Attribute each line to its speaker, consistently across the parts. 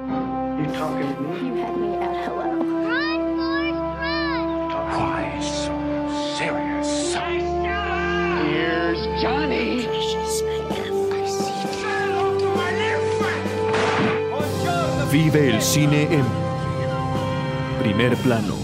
Speaker 1: You talking to me?
Speaker 2: You had me at hello.
Speaker 3: Run, Forrest, run!
Speaker 1: Why so serious?
Speaker 4: Vive el cine en primer plano.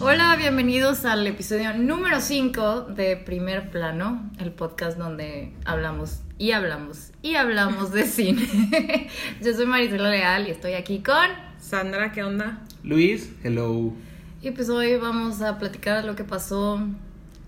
Speaker 5: Hola, bienvenidos al episodio número 5 de Primer Plano, el podcast donde hablamos y hablamos y hablamos de cine. Yo soy Marisela Leal y estoy aquí con...
Speaker 6: Sandra, ¿qué onda?
Speaker 7: Luis, hello.
Speaker 5: Y pues hoy vamos a platicar lo que pasó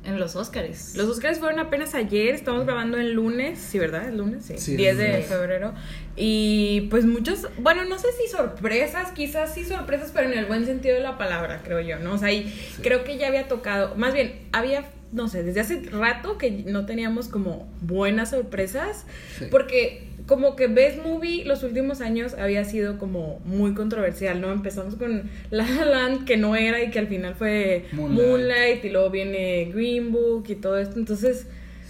Speaker 5: en los Óscares.
Speaker 6: Los Oscars fueron apenas ayer, estamos grabando el lunes, ¿sí verdad? El lunes, sí.
Speaker 7: Sí,
Speaker 6: 10
Speaker 7: el
Speaker 6: de
Speaker 7: lunes.
Speaker 6: febrero. Y pues muchos, bueno, no sé si sorpresas, quizás sí sorpresas, pero en el buen sentido de la palabra, creo yo, ¿no? O sea, y creo que ya había tocado, más bien, había, no sé, desde hace rato que no teníamos como buenas sorpresas,
Speaker 7: Sí.
Speaker 6: porque como que Best Movie los últimos años había sido como muy controversial, ¿no? Empezamos con La La Land, que no era y que al final fue
Speaker 7: Moonlight.
Speaker 6: Moonlight y luego viene Green Book y todo esto, entonces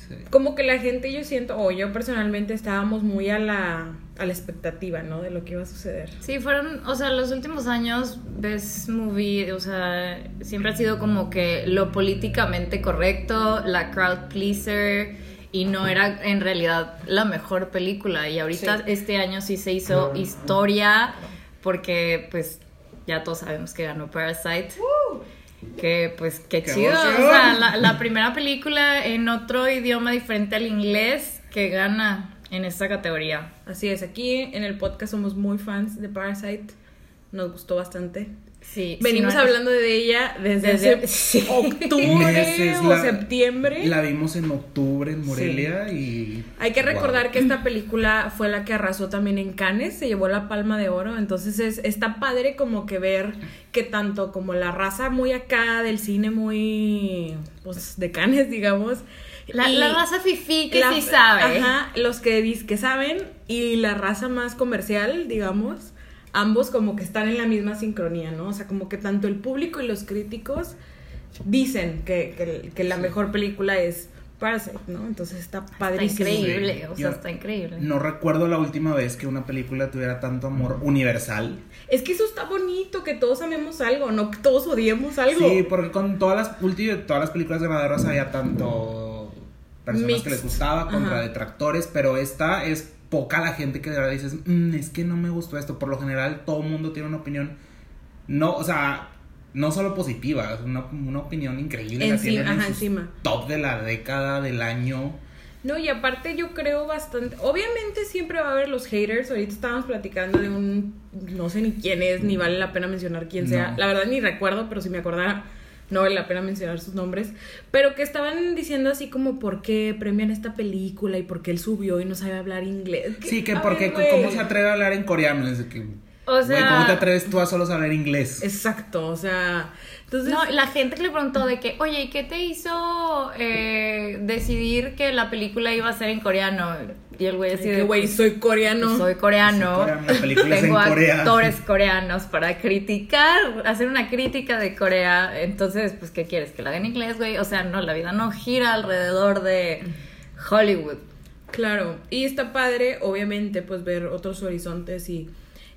Speaker 7: Sí.
Speaker 6: como que la gente yo siento, o yo personalmente estábamos muy a la, a la expectativa, ¿no? De lo que iba a suceder.
Speaker 5: Sí, fueron, o sea, los últimos años, ves movie, o sea, siempre ha sido como que lo políticamente correcto, la crowd pleaser, y no era en realidad la mejor película. Y ahorita
Speaker 6: Sí.
Speaker 5: este año sí se hizo historia, porque pues ya todos sabemos que ganó Parasite. Que pues qué,
Speaker 7: ¡Qué
Speaker 5: chido.
Speaker 7: emoción!
Speaker 5: O sea, la, la primera película en otro idioma diferente al inglés que gana en esta categoría.
Speaker 6: Así es, aquí en el podcast somos muy fans de Parasite, nos gustó bastante.
Speaker 5: Sí, si
Speaker 6: Venimos
Speaker 5: no-
Speaker 6: hablando de ella desde,
Speaker 5: Desde-
Speaker 6: hace
Speaker 5: sí.
Speaker 6: octubre
Speaker 7: Meses,
Speaker 6: o
Speaker 7: la-
Speaker 6: septiembre.
Speaker 7: La vimos en octubre en Morelia y.
Speaker 6: Hay que recordar
Speaker 7: Wow.
Speaker 6: que esta película fue la que arrasó también en Cannes, se llevó la palma de oro, entonces es, está padre como que ver que tanto como la raza muy acá del cine muy, pues de Cannes digamos.
Speaker 5: La,
Speaker 6: y
Speaker 5: la raza fifi que
Speaker 6: la-
Speaker 5: sí sabe.
Speaker 6: Ajá, los que, que saben y la raza más comercial, digamos, ambos como que están en la misma sincronía, ¿no? O sea, como que tanto el público y los críticos dicen que, que- que la mejor película es Parasite, ¿no? Entonces está
Speaker 5: Está
Speaker 6: padrísimo.
Speaker 5: increíble,
Speaker 7: Sí,
Speaker 5: o sea,
Speaker 7: yo-
Speaker 5: está increíble.
Speaker 7: No recuerdo la última vez que una película tuviera tanto amor universal.
Speaker 6: Es que eso está bonito, que todos amemos algo, no que todos odiemos algo.
Speaker 7: Sí, porque con todas las ulti- todas las películas ganadoras había tanto personas
Speaker 6: Mixed.
Speaker 7: que les gustaba contra
Speaker 6: Ajá.
Speaker 7: detractores, pero esta es poca la gente que de verdad dices, "Mm, es que no me gustó esto. Por lo general, todo mundo tiene una opinión, no, o sea, no solo positiva, es una, una opinión increíble. la
Speaker 6: Encima,
Speaker 7: tienen en
Speaker 6: ajá,
Speaker 7: sus
Speaker 6: encima.
Speaker 7: Top de la década, del año.
Speaker 6: No, y aparte yo creo bastante. Obviamente siempre va a haber los haters. Ahorita estábamos platicando de un. No sé ni quién es, ni vale la pena mencionar quién sea.
Speaker 7: No.
Speaker 6: La verdad ni recuerdo, pero si me acordara, no vale la pena mencionar sus nombres. Pero que estaban diciendo así como por qué premian esta película y por qué él subió y no sabe hablar inglés. ¿Qué?
Speaker 7: Sí, que
Speaker 6: A
Speaker 7: porque
Speaker 6: ver, güey.
Speaker 7: cómo se atreve a hablar en coreano. Es de que,
Speaker 5: O
Speaker 7: güey,
Speaker 5: sea-
Speaker 7: ¿Cómo te atreves tú a solo saber inglés?
Speaker 6: Exacto, o sea. Entonces.
Speaker 5: No, la gente que le preguntó de que, oye, ¿y qué te hizo eh, decidir que la película iba a ser en coreano? Y el güey así
Speaker 6: de que,
Speaker 5: de,
Speaker 6: güey,
Speaker 5: "Pues,
Speaker 6: soy coreano.
Speaker 5: soy coreano.
Speaker 7: Soy coreano, la película es en
Speaker 5: Tengo
Speaker 7: Corea".
Speaker 5: actores coreanos para criticar, hacer una crítica de Corea. Entonces, pues, ¿qué quieres? ¿Que la hagan en inglés, güey? O sea, no, la vida no gira alrededor de Hollywood.
Speaker 6: Claro, y está padre, obviamente, pues ver otros horizontes y,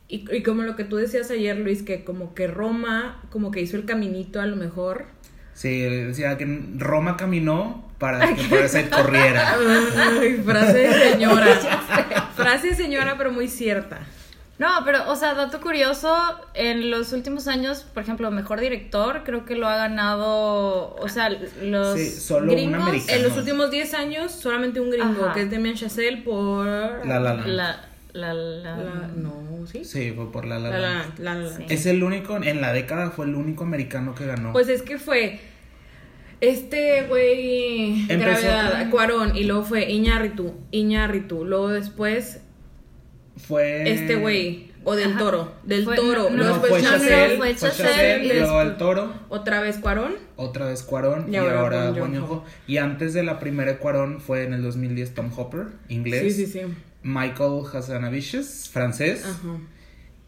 Speaker 6: y, y como lo que tú decías ayer, Luis, que como que Roma, como que hizo el caminito a lo mejor.
Speaker 7: Sí, decía que Roma caminó para que Parasite corriera.
Speaker 6: Ay, frase de señora. frase de señora, pero muy cierta.
Speaker 5: No, pero, o sea, dato curioso, en los últimos años, por ejemplo, mejor director, creo que lo ha ganado, o sea, los
Speaker 7: Ah, Sí, solo un
Speaker 5: gringos,
Speaker 7: americano.
Speaker 6: En los últimos 10 años, solamente un gringo,
Speaker 5: Ajá.
Speaker 6: que es Demian Chazelle por...
Speaker 7: La La Land.
Speaker 5: la, la, la,
Speaker 6: La- No, ¿sí?
Speaker 7: Sí, fue por la la,
Speaker 6: La La
Speaker 7: Land.
Speaker 6: Land, La La Land.
Speaker 5: Sí.
Speaker 7: Es el único, en la década fue el único americano que ganó.
Speaker 6: Pues es que fue este güey
Speaker 7: Empezó
Speaker 6: gravedad,
Speaker 7: con-
Speaker 6: Cuarón, y luego fue Iñarritu, Iñarritu, luego después
Speaker 7: fue
Speaker 6: este güey, o del
Speaker 5: Ajá.
Speaker 6: toro, del
Speaker 5: Fue-
Speaker 6: toro,
Speaker 5: no,
Speaker 7: No,
Speaker 6: luego
Speaker 5: fue
Speaker 7: Mm. fue
Speaker 6: después Chazelle,
Speaker 7: Chazelle,
Speaker 5: fue
Speaker 7: fue
Speaker 5: Chazelle
Speaker 7: Chazelle,
Speaker 5: y
Speaker 7: luego
Speaker 5: después-
Speaker 7: el toro,
Speaker 6: otra vez Cuarón,
Speaker 7: otra vez Cuarón
Speaker 6: Y
Speaker 7: y,
Speaker 6: ahora
Speaker 7: ahora
Speaker 6: Bong
Speaker 7: Bong
Speaker 6: Joon-ho.
Speaker 7: Joon-ho. Y antes de la primera Cuarón fue en el 2010 Tom Hopper, inglés.
Speaker 6: sí, sí, sí,
Speaker 7: Michael Hazanavicius, francés.
Speaker 6: ajá,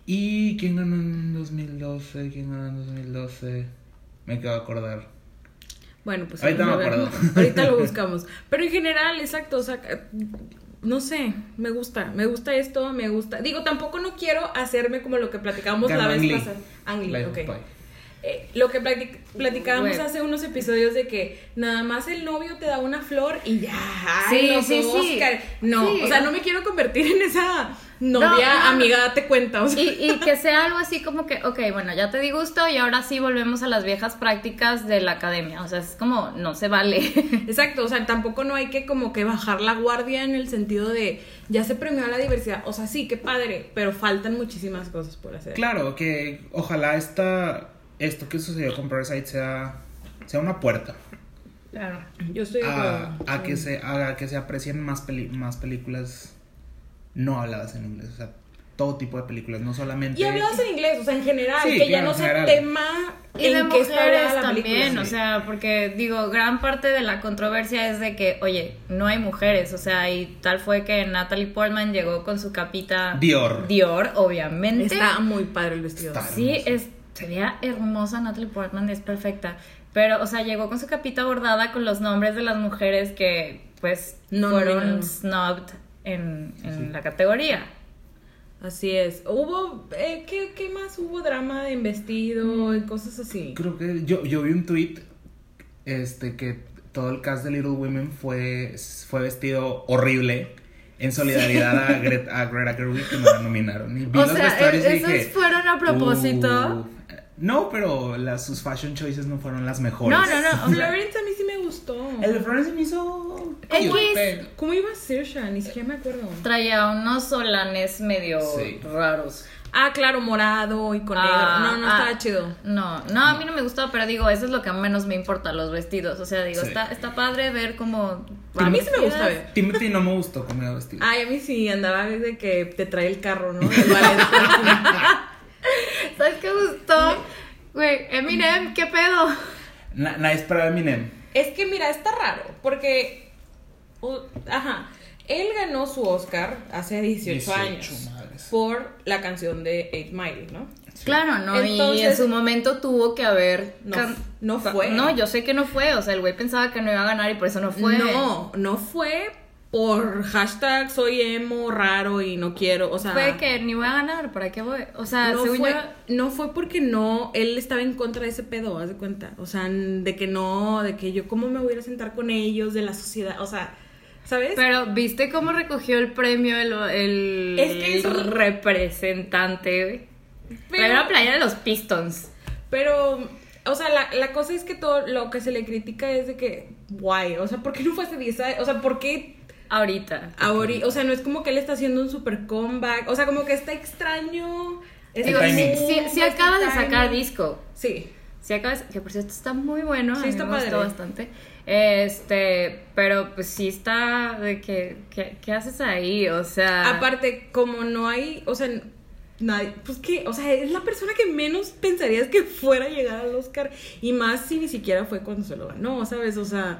Speaker 7: ¿Y quién ganó en 2012? ¿Quién ganó en 2012? Me quedo a acordar.
Speaker 6: bueno, pues
Speaker 7: Ahorita me
Speaker 6: a ver,
Speaker 7: acuerdo.
Speaker 6: ahorita lo buscamos, pero en general, exacto, o sea, no sé, me gusta, me gusta esto, me gusta. Digo, tampoco no quiero hacerme como lo que platicamos la
Speaker 7: Ganó
Speaker 6: vez
Speaker 7: Ang Lee.
Speaker 6: pasada. Ang Lee,
Speaker 7: Like,
Speaker 6: ok.
Speaker 7: bye.
Speaker 6: Eh, lo que platic- platicábamos
Speaker 5: Bueno.
Speaker 6: hace unos episodios de que nada más el novio te da una flor y ya.
Speaker 5: Sí,
Speaker 6: ay, los
Speaker 5: sí, sí.
Speaker 6: Oscar. No,
Speaker 5: Sí.
Speaker 6: o sea, no me quiero convertir en esa novia,
Speaker 5: no, no.
Speaker 6: amiga, date cuenta. O sea,
Speaker 5: Y, y que sea algo así como que, ok, bueno, ya te di gusto y ahora sí volvemos a las viejas prácticas de la academia. O sea, es como, no se vale.
Speaker 6: Exacto, o sea, tampoco no hay que como que bajar la guardia en el sentido de ya se premió la diversidad. O sea, sí, qué padre, pero faltan muchísimas cosas por hacer.
Speaker 7: Claro, que ojalá esta, esto que sucedió con Parasite sea, sea una puerta
Speaker 5: Claro.
Speaker 6: Yo estoy de
Speaker 7: a,
Speaker 6: acuerdo.
Speaker 7: a que, se, a que se aprecien más, peli- más películas no habladas en inglés. O sea, todo tipo de películas, no solamente...
Speaker 6: Y hablados en inglés, o sea, en general,
Speaker 7: Sí,
Speaker 6: que ya
Speaker 7: claro,
Speaker 6: no
Speaker 7: en
Speaker 6: sea
Speaker 7: general.
Speaker 6: tema
Speaker 5: Y
Speaker 6: en
Speaker 5: de
Speaker 6: que está hablada
Speaker 5: mujeres
Speaker 6: la
Speaker 5: también,
Speaker 6: película.
Speaker 5: o
Speaker 7: sí.
Speaker 5: sea, porque digo, gran parte de la controversia es de que, oye, no hay mujeres, o sea, y tal fue que Natalie Portman llegó con su capita
Speaker 7: Dior.
Speaker 5: Dior, obviamente.
Speaker 6: Está muy padre el vestido.
Speaker 7: Está.
Speaker 5: Sí,
Speaker 7: hermosa.
Speaker 5: es, se veía hermosa Natalie Portman, es perfecta. Pero, o sea, llegó con su capita bordada con los nombres de las mujeres que, pues,
Speaker 6: No
Speaker 5: fueron
Speaker 6: nominaron.
Speaker 5: snubbed en, en la categoría.
Speaker 6: Así es. Hubo, eh, ¿qué, ¿qué más? Hubo drama de en vestido y cosas así.
Speaker 7: Creo que yo, yo vi un tweet este, que todo el cast de Little Women fue, fue vestido horrible en solidaridad a, Gre- a Greta Gerwig que no la nominaron. Y vi
Speaker 5: O
Speaker 7: los
Speaker 5: sea,
Speaker 7: vestuarios y
Speaker 5: ¿e- esos
Speaker 7: dije,
Speaker 5: fueron a propósito?
Speaker 7: "Uh". no, pero las, sus fashion choices no fueron las mejores.
Speaker 5: No, no, no. o sea,
Speaker 6: Ah, Florence a mí sí me gustó.
Speaker 7: El de Florence me hizo...
Speaker 5: X.
Speaker 7: cute,
Speaker 6: ¿Cómo iba Saoirse? Ni siquiera me acuerdo.
Speaker 5: traía unos solanes medio
Speaker 7: Sí.
Speaker 5: raros.
Speaker 6: Ah, claro, morado y con negro.
Speaker 5: Ah,
Speaker 6: No, no
Speaker 5: ah.
Speaker 6: estaba chido.
Speaker 5: No, no, a mí no me gustó, pero digo, eso es lo que menos me importa, los vestidos. O sea, digo,
Speaker 7: Sí.
Speaker 5: está, está padre ver como...
Speaker 6: A mí sí me gusta
Speaker 7: pero
Speaker 6: ver.
Speaker 7: Timothy no me gustó cómo iba vestido.
Speaker 5: Ah.
Speaker 6: Ay, a mí sí, andaba de que te trae el carro, ¿no? El Valentín.
Speaker 5: ¿Sabes qué gustó? Güey, Eminem, ¿qué pedo?
Speaker 7: Na- Nadie esperaba Eminem.
Speaker 6: es que mira, está raro, porque. u- ajá. Él ganó su Oscar hace 18,
Speaker 7: 18
Speaker 6: años
Speaker 7: madres.
Speaker 6: por la canción de Eight Mile, ¿no?
Speaker 5: Claro, no, y en
Speaker 6: Entonces-
Speaker 5: su momento tuvo que haber...
Speaker 6: No,
Speaker 5: can-
Speaker 6: no fue.
Speaker 5: No, yo sé que no fue, o sea, el güey pensaba que no iba a ganar y por eso no fue.
Speaker 6: No, no fue por hashtag soy emo raro y no quiero, o sea.
Speaker 5: Fue que ni voy a ganar, ¿para qué voy? O sea,
Speaker 6: no
Speaker 5: según
Speaker 6: fue,
Speaker 5: yo...
Speaker 6: no fue porque no, él estaba en contra de ese pedo, haz de cuenta. O sea, n- de que no, de que yo cómo me voy a ir a sentar con ellos, de la sociedad, o sea, ¿sabes?
Speaker 5: Pero, ¿viste cómo recogió el premio el, el
Speaker 6: Es que es-
Speaker 5: representante, güey?
Speaker 6: Pero-
Speaker 5: Pero era playera de los Pistons.
Speaker 6: Pero, o sea, la, la cosa es que todo lo que se le critica es de que, guay, o sea, ¿por qué no fue hace 10 años? O sea, ¿por qué
Speaker 5: Ahorita.
Speaker 6: ahora? O sea, no es como que él está haciendo un super comeback, o sea, como que está extraño. es
Speaker 5: Digo,
Speaker 7: El
Speaker 5: si,
Speaker 7: timing.
Speaker 5: si, si
Speaker 6: este
Speaker 5: acaba de
Speaker 6: timing.
Speaker 5: sacar disco.
Speaker 6: Sí.
Speaker 5: Si acabas, que por cierto está muy bueno.
Speaker 6: Sí,
Speaker 5: a mí
Speaker 6: está
Speaker 5: me gustó
Speaker 6: padre.
Speaker 5: bastante. Este, pero pues sí está de que, que- ¿qué haces ahí? O sea.
Speaker 6: Aparte, como no hay, o sea, nadie, pues que, o sea, es la persona que menos pensarías que fuera a llegar al Oscar y más si ni siquiera fue cuando se lo ganó, ¿sabes? O sea,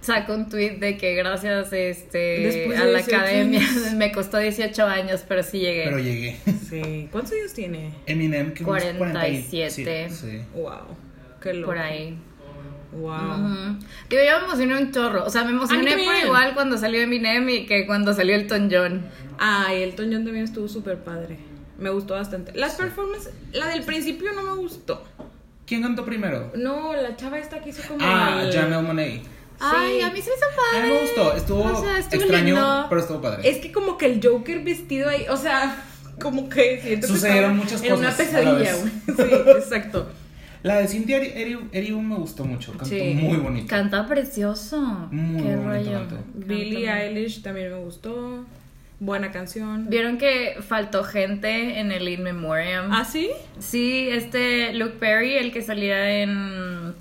Speaker 5: sacó un tweet de que gracias este,
Speaker 6: Después de
Speaker 5: a la
Speaker 6: 18
Speaker 5: academia
Speaker 6: años.
Speaker 5: me costó 18 años, pero sí llegué.
Speaker 7: Pero llegué.
Speaker 6: sí. ¿Cuántos años tiene?
Speaker 7: Eminem que unos
Speaker 5: 47.
Speaker 7: Sí, sí.
Speaker 6: Wow. Qué loco.
Speaker 5: por ahí.
Speaker 6: Wow.
Speaker 5: Ujú. Digo, yo me emocioné un chorro. O sea, me
Speaker 6: A
Speaker 5: emocioné
Speaker 6: mí
Speaker 5: por
Speaker 6: también.
Speaker 5: igual cuando salió Eminem y que cuando salió Elton John.
Speaker 6: Ay, Elton John también estuvo súper padre. Me gustó bastante. Las performances, la del principio no me gustó.
Speaker 7: ¿Quién cantó primero?
Speaker 6: No, la chava esta que hizo como.
Speaker 7: Ah,
Speaker 6: el-
Speaker 7: Janelle Monáe.
Speaker 5: Ay, a mí se me hizo
Speaker 7: A
Speaker 5: padre.
Speaker 7: mí me gustó, estuvo,
Speaker 5: O sea, estuvo
Speaker 7: extraño,
Speaker 5: lindo.
Speaker 7: pero estuvo padre.
Speaker 6: Es que como que el Joker vestido ahí, o sea, como que siento que
Speaker 7: Sucedieron
Speaker 6: estaba
Speaker 7: muchas
Speaker 6: En una
Speaker 7: cosas a la
Speaker 6: pesadilla,
Speaker 7: vez.
Speaker 6: güey. Sí, exacto.
Speaker 7: La de Cynthia Eri- Eri- Erivo me gustó mucho, cantó
Speaker 6: Sí.
Speaker 7: muy bonito.
Speaker 5: Canta precioso.
Speaker 7: Muy
Speaker 5: Qué
Speaker 7: bonito
Speaker 5: rollo.
Speaker 7: canto.
Speaker 5: Canta
Speaker 6: Billie
Speaker 5: bien.
Speaker 6: Eilish también me gustó. Buena canción.
Speaker 5: Vieron que faltó gente en el In Memoriam.
Speaker 6: ¿Ah, sí?
Speaker 5: Sí, este Luke Perry, el que salía en.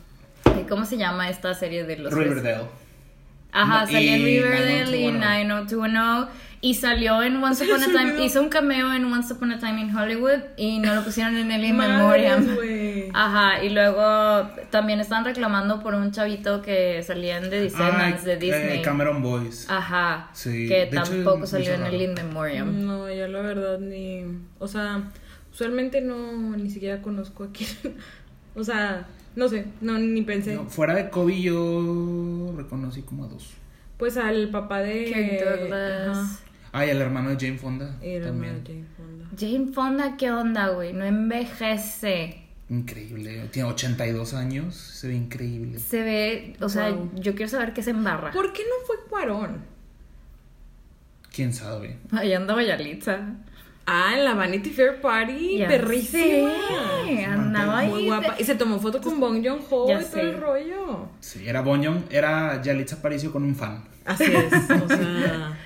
Speaker 5: ay, ¿Cómo se llama esta serie de los.
Speaker 7: Riverdale.
Speaker 5: Ajá,
Speaker 7: No,
Speaker 5: salía en
Speaker 7: y
Speaker 5: Riverdale y
Speaker 7: 90210.
Speaker 5: 90210. Y salió en Once
Speaker 6: Se les
Speaker 5: Upon a Time.
Speaker 6: olvidó.
Speaker 5: Hizo un cameo en Once Upon a Time in Hollywood y no lo pusieron en Ah, el In
Speaker 6: Madres,
Speaker 5: Memoriam.
Speaker 6: güey.
Speaker 5: Ajá, y luego también están reclamando por un chavito que salía en The
Speaker 7: Ah,
Speaker 5: Descendants de Disney.
Speaker 7: eh, Cameron Boys.
Speaker 5: Ajá,
Speaker 7: Sí, de
Speaker 5: que
Speaker 7: hecho,
Speaker 5: tampoco
Speaker 7: es
Speaker 5: salió en
Speaker 7: raro.
Speaker 5: el In Memoriam.
Speaker 6: No, yo la verdad ni. O sea, usualmente no ni siquiera conozco a quién. O sea, no sé, no ni pensé.
Speaker 7: No, fuera de Kobe yo reconocí como a dos.
Speaker 6: pues al papá de
Speaker 5: Kirk Douglas.
Speaker 6: Ajá.
Speaker 7: Ay, el Ah, hermano de Jane Fonda.
Speaker 6: Y el hermano
Speaker 7: también.
Speaker 6: de Jane Fonda.
Speaker 5: Jane Fonda, ¿qué onda, güey? No envejece.
Speaker 7: Increíble. Tiene 82 años. Se ve increíble.
Speaker 5: Se ve, o sea,
Speaker 6: Wow.
Speaker 5: yo quiero saber qué se embarra.
Speaker 6: ¿Por qué no fue Cuarón?
Speaker 7: ¿Quién sabe?
Speaker 5: Ahí andaba Yalitza.
Speaker 6: Ah, en la Vanity Fair Party,
Speaker 5: Ya
Speaker 6: perrísima.
Speaker 5: sé, Andaba ahí.
Speaker 6: Muy guapa. Y se tomó foto con Bong Joon-ho
Speaker 5: Ya
Speaker 6: y todo el
Speaker 5: sé.
Speaker 6: rollo.
Speaker 7: Sí, era Bonyon, era Yalitza Aparicio con un fan.
Speaker 6: Así es, o sea,
Speaker 5: A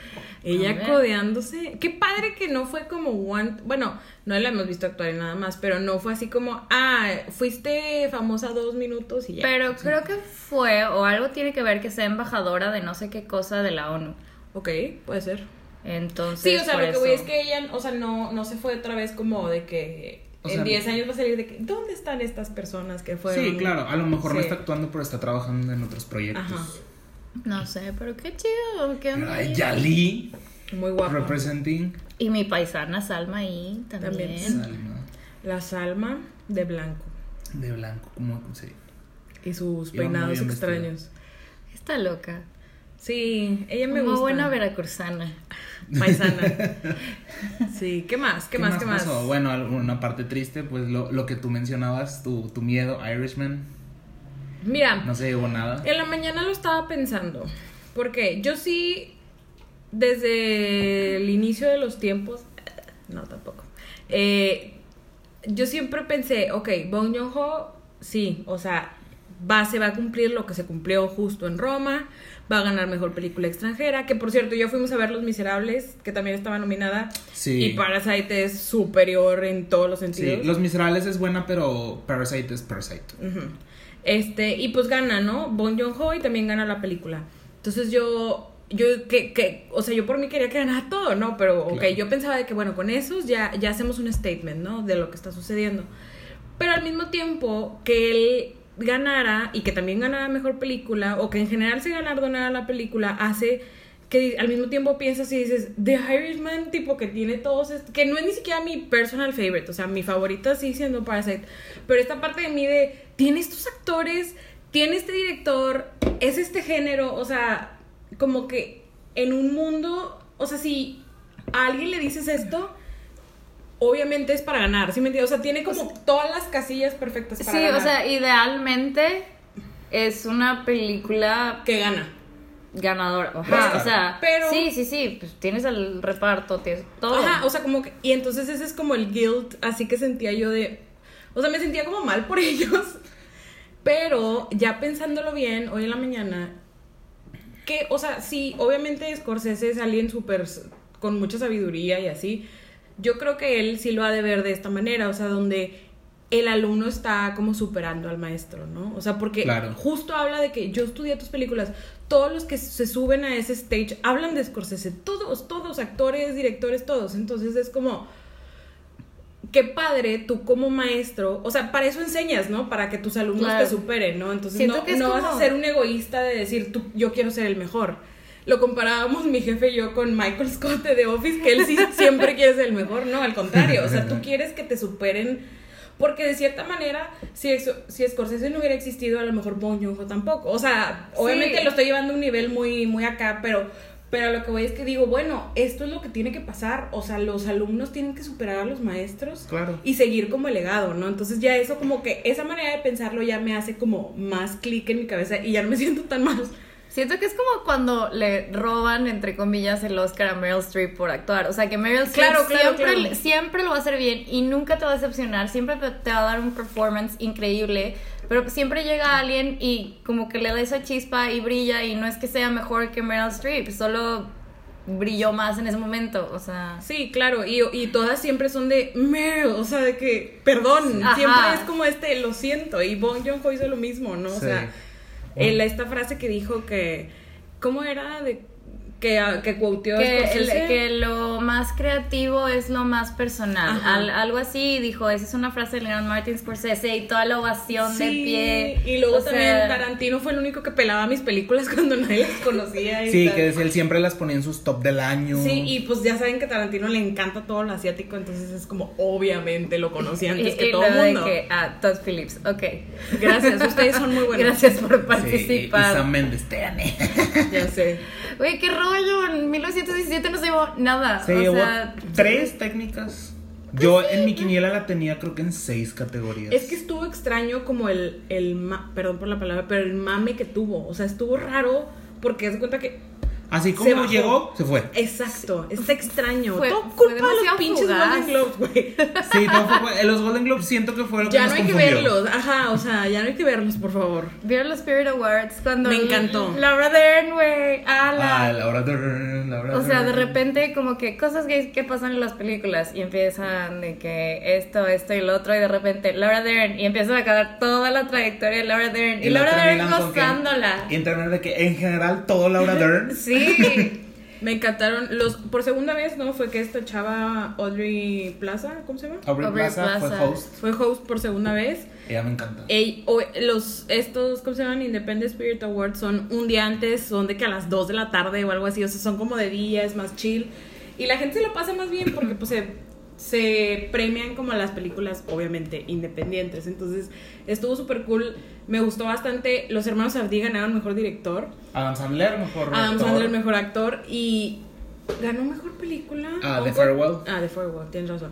Speaker 6: ella
Speaker 5: ver.
Speaker 6: codeándose. Qué padre que no fue como one, bueno, no la hemos visto actuar en nada más, pero no fue así como, ah, fuiste famosa dos minutos y ya.
Speaker 5: Pero creo que fue, o algo tiene que ver que sea embajadora de no sé qué cosa de la ONU.
Speaker 6: ok, puede ser.
Speaker 5: Entonces.
Speaker 6: Sí, o sea,
Speaker 5: por
Speaker 6: lo que voy
Speaker 5: eso.
Speaker 6: es que ella, o sea, no, no se fue otra vez como de que
Speaker 7: O
Speaker 6: en
Speaker 7: sea,
Speaker 6: 10 años va a salir de que, ¿dónde están estas personas que fueron?
Speaker 7: Sí, claro. A lo mejor no
Speaker 6: Sí.
Speaker 7: está actuando, pero está trabajando en otros
Speaker 6: Ajá.
Speaker 7: proyectos.
Speaker 5: No sé, pero qué chido. Qué onda.
Speaker 7: Ay, Yali.
Speaker 6: Muy guapa.
Speaker 7: Representing.
Speaker 5: Y mi paisana Salma ahí también.
Speaker 6: También.
Speaker 7: Salma.
Speaker 6: La Salma de blanco
Speaker 7: De blanco, como sí.
Speaker 6: y sus
Speaker 7: Iba muy
Speaker 6: peinados
Speaker 7: bien vestida.
Speaker 6: extraños.
Speaker 5: Está loca.
Speaker 6: Sí, ella me
Speaker 5: Muy
Speaker 6: gusta.
Speaker 5: buena veracruzana.
Speaker 6: paisana. Sí, ¿qué más? ¿Qué, más? ¿Qué más?
Speaker 7: pasó? Bueno, una parte triste, pues lo, lo que tú mencionabas, tu, tu miedo, Irishman,
Speaker 6: Mira,
Speaker 7: no se llevó nada.
Speaker 6: en la mañana lo estaba pensando, porque yo sí, desde el inicio de los tiempos, no tampoco, eh, yo siempre pensé, ok, Bong Joon-ho, sí, o sea, va, se va a cumplir lo que se cumplió justo en Roma, va a ganar mejor película extranjera, que por cierto, yo fuimos a ver Los Miserables, que también estaba nominada,
Speaker 7: Sí.
Speaker 6: y Parasite es superior en todos los sentidos.
Speaker 7: Sí, Los Miserables es buena, pero Parasite es Parasite.
Speaker 6: Ujú. Este, y pues gana, ¿no? Bon Joon Ho y también gana la película. Entonces yo, yo, que, que, o sea, yo por mí quería que ganara todo, ¿no? Pero, ok,
Speaker 7: Claro.
Speaker 6: yo pensaba de que, bueno, con esos ya, ya hacemos un statement, ¿no? De lo que está sucediendo. Pero al mismo tiempo que él ganara y que también ganara mejor película, o que en general se galardonara la película, hace que di- al mismo tiempo piensas y dices, The Irishman, tipo que tiene todos, est- que no es ni siquiera mi personal favorite, o sea, mi favorita sigue siendo Parasite, pero esta parte de mí de, tiene estos actores, tiene este director, es este género, o sea, como que en un mundo, o sea, si a alguien le dices esto, obviamente es para ganar, ¿sí me entiendes? O sea, tiene como todas las casillas perfectas para
Speaker 5: Sí,
Speaker 6: ganar.
Speaker 5: o sea, idealmente es una película
Speaker 6: que gana.
Speaker 5: ganadora. Ajá,
Speaker 7: Pero-
Speaker 5: o sea,
Speaker 6: pero-
Speaker 5: sí, sí, sí, pues tienes el reparto, tienes todo.
Speaker 6: Ajá, o sea, como que, y entonces ese es como el guilt, así que sentía yo de, o sea, me sentía como mal por ellos, pero ya pensándolo bien, hoy en la mañana, que, o sea, sí, obviamente Scorsese es alguien súper, s- con mucha sabiduría y así, yo creo que él sí lo ha de ver de esta manera, o sea, donde el alumno está como superando al maestro, ¿no? O sea, porque
Speaker 7: Claro.
Speaker 6: justo habla de que yo estudié tus películas, todos los que se suben a ese stage hablan de Scorsese, todos, todos, actores, directores, todos, entonces es como... Qué padre tú como maestro, o sea, para eso enseñas, ¿no? Para que tus alumnos
Speaker 5: Claro.
Speaker 6: te superen, ¿no? Entonces
Speaker 5: Siento
Speaker 6: no,
Speaker 5: que es
Speaker 6: no vas a
Speaker 5: como-
Speaker 6: ser un egoísta de decir, tú, yo quiero ser el mejor. Lo comparábamos mi jefe y yo con Michael Scott de The Office, que él sí siempre quiere ser el mejor, no, al contrario, o sea, tú quieres que te superen, porque de cierta manera, si, eso- si Scorsese no hubiera existido, a lo mejor Bong Joon-ho tampoco, o sea, obviamente
Speaker 5: Sí.
Speaker 6: lo estoy llevando a un nivel muy, muy acá, pero, pero lo que voy es que digo, bueno, esto es lo que tiene que pasar, o sea, los alumnos tienen que superar a los maestros,
Speaker 7: Claro.
Speaker 6: y seguir como el legado, ¿no? Entonces ya eso como que esa manera de pensarlo ya me hace como más clic en mi cabeza y ya no me siento tan mal.
Speaker 5: Siento que es como cuando le roban, entre comillas, el Oscar a Meryl Streep por actuar. O sea, que Meryl Streep
Speaker 6: Claro, claro,
Speaker 5: siempre,
Speaker 6: claro.
Speaker 5: siempre lo va a hacer bien y nunca te va a decepcionar. Siempre te va a dar un performance increíble. Pero siempre llega alguien y como que le da esa chispa y brilla. Y no es que sea mejor que Meryl Streep, solo brilló más en ese momento. O sea,
Speaker 6: Sí, claro, y, y todas siempre son de Meryl, o sea, de que, perdón,
Speaker 5: Ajá.
Speaker 6: siempre es como este, lo siento, y Bong Joon-ho hizo lo mismo, ¿no? O
Speaker 7: Sí.
Speaker 6: sea, el- esta frase que dijo que, ¿cómo era? De, que, que quoteó
Speaker 5: que, el-
Speaker 6: Scorsese.
Speaker 5: que lo más creativo es lo más personal.
Speaker 6: Ajá.
Speaker 5: Al- algo así dijo, esa es una frase de Leonard Martin Scorsese y toda la ovación de
Speaker 6: Sí,
Speaker 5: pie.
Speaker 6: Y luego
Speaker 5: O sea,
Speaker 6: también Tarantino fue el único que pelaba mis películas cuando nadie las conocía. y
Speaker 7: Sí,
Speaker 6: tal.
Speaker 7: que decía, él siempre las ponía en sus top del año.
Speaker 6: Sí, y pues ya saben que a Tarantino le encanta todo lo asiático, entonces es como obviamente lo conocía antes
Speaker 5: Y-
Speaker 6: que
Speaker 5: y
Speaker 6: todo el
Speaker 5: luego de
Speaker 6: mundo.
Speaker 5: que, ah, Todd Phillips, ok.
Speaker 6: Gracias, ustedes son muy buenos.
Speaker 5: Gracias por
Speaker 7: Sí, y- y
Speaker 5: participar.
Speaker 7: Sam Mendes, te gané.
Speaker 6: Ya sé.
Speaker 5: Güey, qué rollo. En 1917 no se llevó nada.
Speaker 7: Se
Speaker 5: o
Speaker 7: llevó
Speaker 5: sea,
Speaker 7: tres técnicas. Yo en mi quiniela la tenía creo que en seis categorías.
Speaker 6: pues Es que estuvo extraño como el, el ma- perdón por la palabra, pero el mame que tuvo. O sea, estuvo raro porque se cuenta que.
Speaker 7: Así
Speaker 6: se
Speaker 7: como
Speaker 6: bajó.
Speaker 7: llegó, se fue.
Speaker 6: Exacto, está extraño.
Speaker 5: Fue-
Speaker 6: Todo
Speaker 5: fue
Speaker 6: culpa de los
Speaker 5: demasiado
Speaker 6: pinches
Speaker 5: fugaz.
Speaker 6: Golden Globes, güey.
Speaker 7: Sí, todo fue- los Golden Globes siento que fue lo que
Speaker 6: Ya
Speaker 7: nos
Speaker 6: no hay que
Speaker 7: confundió.
Speaker 6: verlos. Ajá, o sea, ya no hay que verlos, por favor.
Speaker 5: Vieron los Spirit Awards cuando.
Speaker 6: Me encantó.
Speaker 5: Laura Dern, güey. A la.
Speaker 7: Ah, Laura Dern, Laura
Speaker 5: O sea, de
Speaker 7: Dern.
Speaker 5: repente como que cosas gays que pasan en las películas y empiezan de que esto, esto y lo otro y de repente Laura Dern y empiezan a acabar toda la trayectoria de Laura Dern y,
Speaker 7: la
Speaker 5: Laura Dern
Speaker 7: terminan con que-
Speaker 5: gozándola.
Speaker 7: Y terminan de que en general todo Laura Dern.
Speaker 5: Sí,
Speaker 6: Me encantaron los por segunda vez, ¿no? Fue que esta chava Audrey Plaza, ¿cómo se llama?
Speaker 7: Aubrey
Speaker 5: Aubrey
Speaker 7: Plaza fue
Speaker 5: Plaza.
Speaker 7: host.
Speaker 6: Fue host por segunda vez.
Speaker 7: Ella me encanta.
Speaker 6: Ey, o- los estos ¿cómo se llaman? Independent Spirit Awards son un día antes, son de que a las 2 de la tarde o algo así, o sea, son como de día, es más chill y la gente se lo pasa más bien porque pues se, se premian como las películas obviamente independientes. Entonces, estuvo súper cool, me gustó bastante. Los hermanos Abdi ganaron mejor director,
Speaker 7: Adam Sandler, mejor.
Speaker 6: Adam
Speaker 7: actor.
Speaker 6: Sandler mejor actor y ganó mejor película.
Speaker 7: Ah, The
Speaker 6: Uncle-
Speaker 7: Farewell.
Speaker 6: Ah, The Farewell, tienes razón.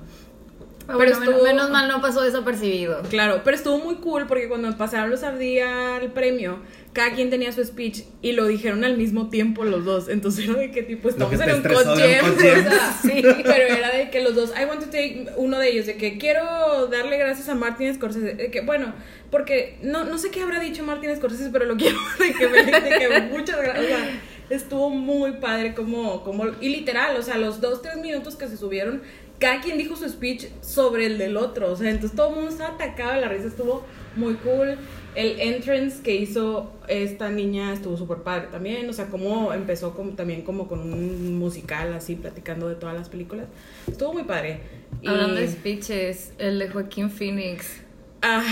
Speaker 6: Pero
Speaker 5: pero Ah, menos,
Speaker 6: estuvo-
Speaker 5: menos mal no pasó desapercibido.
Speaker 6: Claro, pero estuvo muy cool porque cuando pasaron los Abdi al premio, cada quien tenía su speech y lo dijeron al mismo tiempo los dos. Entonces era de qué tipo
Speaker 7: Lo
Speaker 6: estamos
Speaker 7: que te
Speaker 6: en un
Speaker 7: estresó
Speaker 6: coche.
Speaker 7: de un
Speaker 6: o
Speaker 7: Cod Jam.
Speaker 6: sea, sí, pero era de que los dos, I want to take uno de ellos, de que quiero darle gracias a Martin Scorsese. de que, bueno, porque no, no sé qué habrá dicho Martin Scorsese, pero lo quiero de que, me- de que muchas gracias. O sea, estuvo muy padre como, como, y literal, o sea, los dos, tres minutos que se subieron, cada quien dijo su speech sobre el del otro. O sea, entonces todo el mundo estaba atacado, de la risa estuvo muy cool. El entrance que hizo esta niña estuvo súper padre también. O sea, como empezó como, también como con un musical así, platicando de todas las películas. Estuvo muy padre. Y-
Speaker 5: Hablando de speeches, el de Joaquín Phoenix.
Speaker 6: Ah,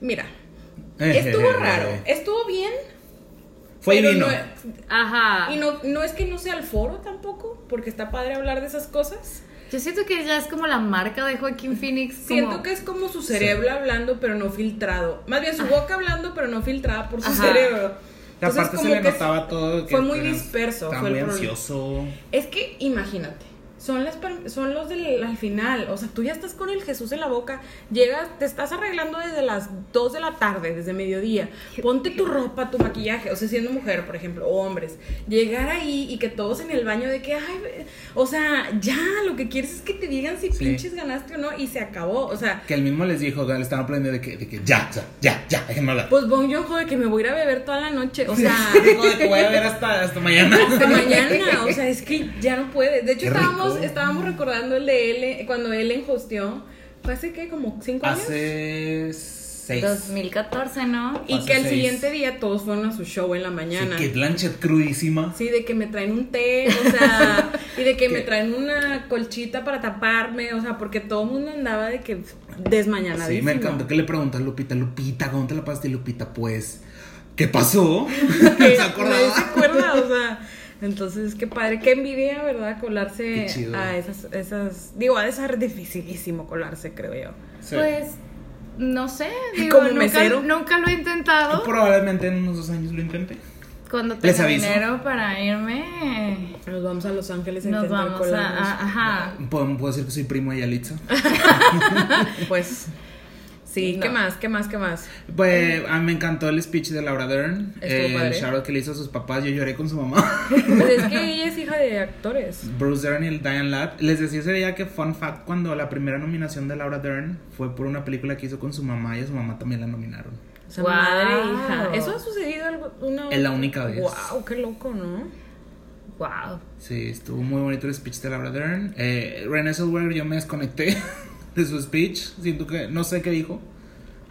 Speaker 6: mira,
Speaker 7: Eh,
Speaker 6: estuvo raro. Estuvo bien.
Speaker 7: Fue y
Speaker 6: pero
Speaker 7: vino.
Speaker 6: no-
Speaker 5: Ajá.
Speaker 6: y no, no es que no sea el foro tampoco, porque está padre hablar de esas cosas.
Speaker 5: Yo siento que ya es como la marca de Joaquín Phoenix. como-
Speaker 6: Siento que es como su cerebro hablando, pero no filtrado. Más bien su boca hablando, pero no filtrada por su
Speaker 5: Ah. Ajá.
Speaker 6: cerebro.
Speaker 7: Y aparte se
Speaker 6: como
Speaker 7: le
Speaker 6: que
Speaker 7: notaba todo. que
Speaker 6: fue muy
Speaker 7: era-
Speaker 6: disperso,
Speaker 7: Estaba
Speaker 6: fue el
Speaker 7: muy
Speaker 6: problema.
Speaker 7: ansioso.
Speaker 6: Es que imagínate, son, las, par- son los del al final, o sea, tú ya estás con el Jesús en la boca, llegas, te estás arreglando desde las 2 de la tarde, desde mediodía, ponte tu ropa, tu maquillaje, o sea, siendo mujer, por ejemplo, o hombres, llegar ahí y que todos en el baño de que, ay, ve- o sea, ya, lo que quieres es que te digan si
Speaker 7: Sí.
Speaker 6: pinches ganaste o no, y se acabó, o sea...
Speaker 7: Que él mismo les dijo, le estaban aprendiendo de que, de que ya, ya, ya, ya, déjenme hablar.
Speaker 6: Pues Bong Joon-ho de que me voy a ir a beber toda la noche, o sea,
Speaker 7: Dijo de que voy a ver hasta, hasta mañana.
Speaker 6: hasta mañana, o sea, es que ya no puedes. De hecho,
Speaker 7: Qué
Speaker 6: estábamos,
Speaker 7: rico.
Speaker 6: estábamos recordando el de Ellen, cuando Ellen hosteó, fue hace que como cinco años.
Speaker 7: Hace seis.
Speaker 5: 2014, ¿no?
Speaker 6: y
Speaker 7: hace
Speaker 6: que al
Speaker 7: seis.
Speaker 6: siguiente día todos fueron a su show en la mañana.
Speaker 7: Sí, que Blanchett crudísima.
Speaker 6: Sí, de que me traen un té, o sea, y de que me
Speaker 7: ¿Qué?
Speaker 6: traen una colchita para taparme, o sea, porque todo el mundo andaba de que desmañanadísimo.
Speaker 7: Sí, me encantó que le preguntan a Lupita, Lupita, ¿cómo te la pasaste? Y Lupita, pues, ¿qué pasó?
Speaker 6: que
Speaker 7: se
Speaker 6: nadie se
Speaker 7: acordaba.
Speaker 6: acuerda, o sea. Entonces, qué padre, qué envidia, ¿verdad? Colarse
Speaker 7: Qué chido.
Speaker 6: a esas, esas. Digo, ha de ser dificilísimo colarse, creo yo.
Speaker 7: Sí.
Speaker 5: Pues, no sé. Digo,
Speaker 6: Como
Speaker 5: nunca,
Speaker 6: mesero.
Speaker 5: Nunca lo he intentado.
Speaker 7: Probablemente en unos dos años lo intenté.
Speaker 5: Cuando
Speaker 7: Les
Speaker 5: tenga
Speaker 7: aviso.
Speaker 5: dinero para irme,
Speaker 6: Nos vamos a Los Ángeles a
Speaker 5: nos
Speaker 6: intentar
Speaker 5: vamos a,
Speaker 6: colarnos.
Speaker 5: a- Ajá.
Speaker 7: Puedo, puedo decir que soy primo de Yalitza.
Speaker 6: Pues. Sí, ¿qué
Speaker 5: No.
Speaker 6: más? ¿Qué más? ¿Qué más?
Speaker 7: Pues, a mí me encantó el speech de Laura Dern.
Speaker 6: Estuvo
Speaker 7: eh,
Speaker 6: padre.
Speaker 7: el shoutout que le hizo a sus papás. Yo lloré con su mamá.
Speaker 6: Pues es que ella es hija de actores.
Speaker 7: Bruce Dern y el Diane Ladd. Les decía ese día que, fun fact, cuando la primera nominación de Laura Dern fue por una película que hizo con su mamá y a su mamá también la nominaron.
Speaker 6: O sea,
Speaker 5: Wow.
Speaker 6: madre e hija. Eso ha sucedido algo- una
Speaker 7: Es la única vez.
Speaker 6: Wow, qué loco, ¿no?
Speaker 5: Wow.
Speaker 7: Sí, estuvo muy bonito el speech de Laura Dern. Eh, Renée Zellweger, yo me desconecté de su speech. Siento que no sé qué dijo.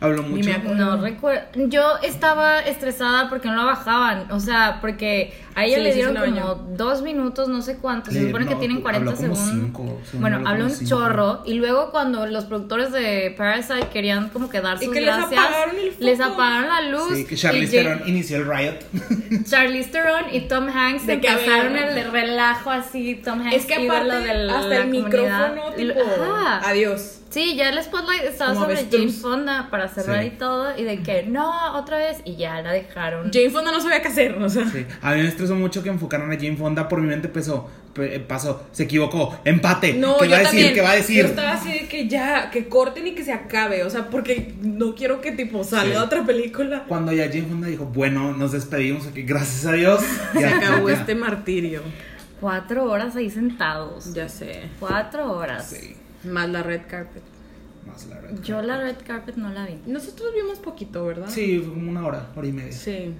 Speaker 7: Habló
Speaker 6: Ni
Speaker 7: mucho.
Speaker 6: me acuerdo.
Speaker 5: No recuerdo. Yo estaba estresada porque no la bajaban. O sea, porque a ella
Speaker 6: Sí, sí,
Speaker 5: le
Speaker 6: se
Speaker 5: dieron
Speaker 6: la
Speaker 5: como
Speaker 6: bañó.
Speaker 5: dos minutos, no sé cuántos. Se
Speaker 7: Le-
Speaker 5: supone que
Speaker 7: no,
Speaker 5: tienen 40
Speaker 7: habló como
Speaker 5: segundos.
Speaker 7: cinco, según
Speaker 5: bueno,
Speaker 7: habló
Speaker 5: habló un
Speaker 7: como cinco.
Speaker 5: chorro. Y luego, cuando los productores de Parasite querían como que dar
Speaker 6: Y
Speaker 5: sus
Speaker 6: que les
Speaker 5: gracias,
Speaker 6: apagaron el foco.
Speaker 5: les apagaron la luz.
Speaker 7: Sí, que
Speaker 5: y
Speaker 7: Charlize
Speaker 5: Jane-
Speaker 7: Theron inició el riot.
Speaker 5: Charlize Theron y Tom Hanks
Speaker 6: De que
Speaker 5: empezaron
Speaker 6: había-
Speaker 5: el relajo así. Tom Hanks,
Speaker 6: Es que aparte,
Speaker 5: ídolo de la
Speaker 6: hasta el
Speaker 5: comunidad.
Speaker 6: micrófono, tipo.
Speaker 5: Ajá.
Speaker 6: Adiós.
Speaker 5: Sí, ya el spotlight estaba
Speaker 6: Como
Speaker 5: sobre
Speaker 6: avestruz.
Speaker 5: Jane Fonda para cerrar
Speaker 7: Sí.
Speaker 5: y todo. Y de que no, otra vez. Y ya la dejaron.
Speaker 6: Jane Fonda no sabía qué hacer, o sea.
Speaker 7: Sí. A mí me estresó mucho que enfocaran a Jane Fonda por mi mente pesó, pe- eh, pasó, se equivocó, empate.
Speaker 6: No,
Speaker 7: ¿Qué
Speaker 6: yo
Speaker 7: va a decir?
Speaker 6: también.
Speaker 7: ¿Qué va a
Speaker 6: Yo
Speaker 7: decir?
Speaker 6: estaba así de que ya, que corten y que se acabe, o sea, porque no quiero que tipo salga
Speaker 7: Sí.
Speaker 6: otra película.
Speaker 7: Cuando ya Jane Fonda dijo, bueno, nos despedimos, aquí, gracias a Dios.
Speaker 6: Se
Speaker 7: ya,
Speaker 6: acabó
Speaker 7: ya.
Speaker 6: este martirio.
Speaker 5: Cuatro horas ahí sentados.
Speaker 6: Ya sé.
Speaker 5: Cuatro horas.
Speaker 7: Sí,
Speaker 6: Más la red carpet.
Speaker 7: más la red.
Speaker 5: Yo la red carpet no la vi.
Speaker 6: Nosotros vimos poquito, ¿verdad?
Speaker 7: Sí, fue como una hora, hora y media.
Speaker 6: Sí.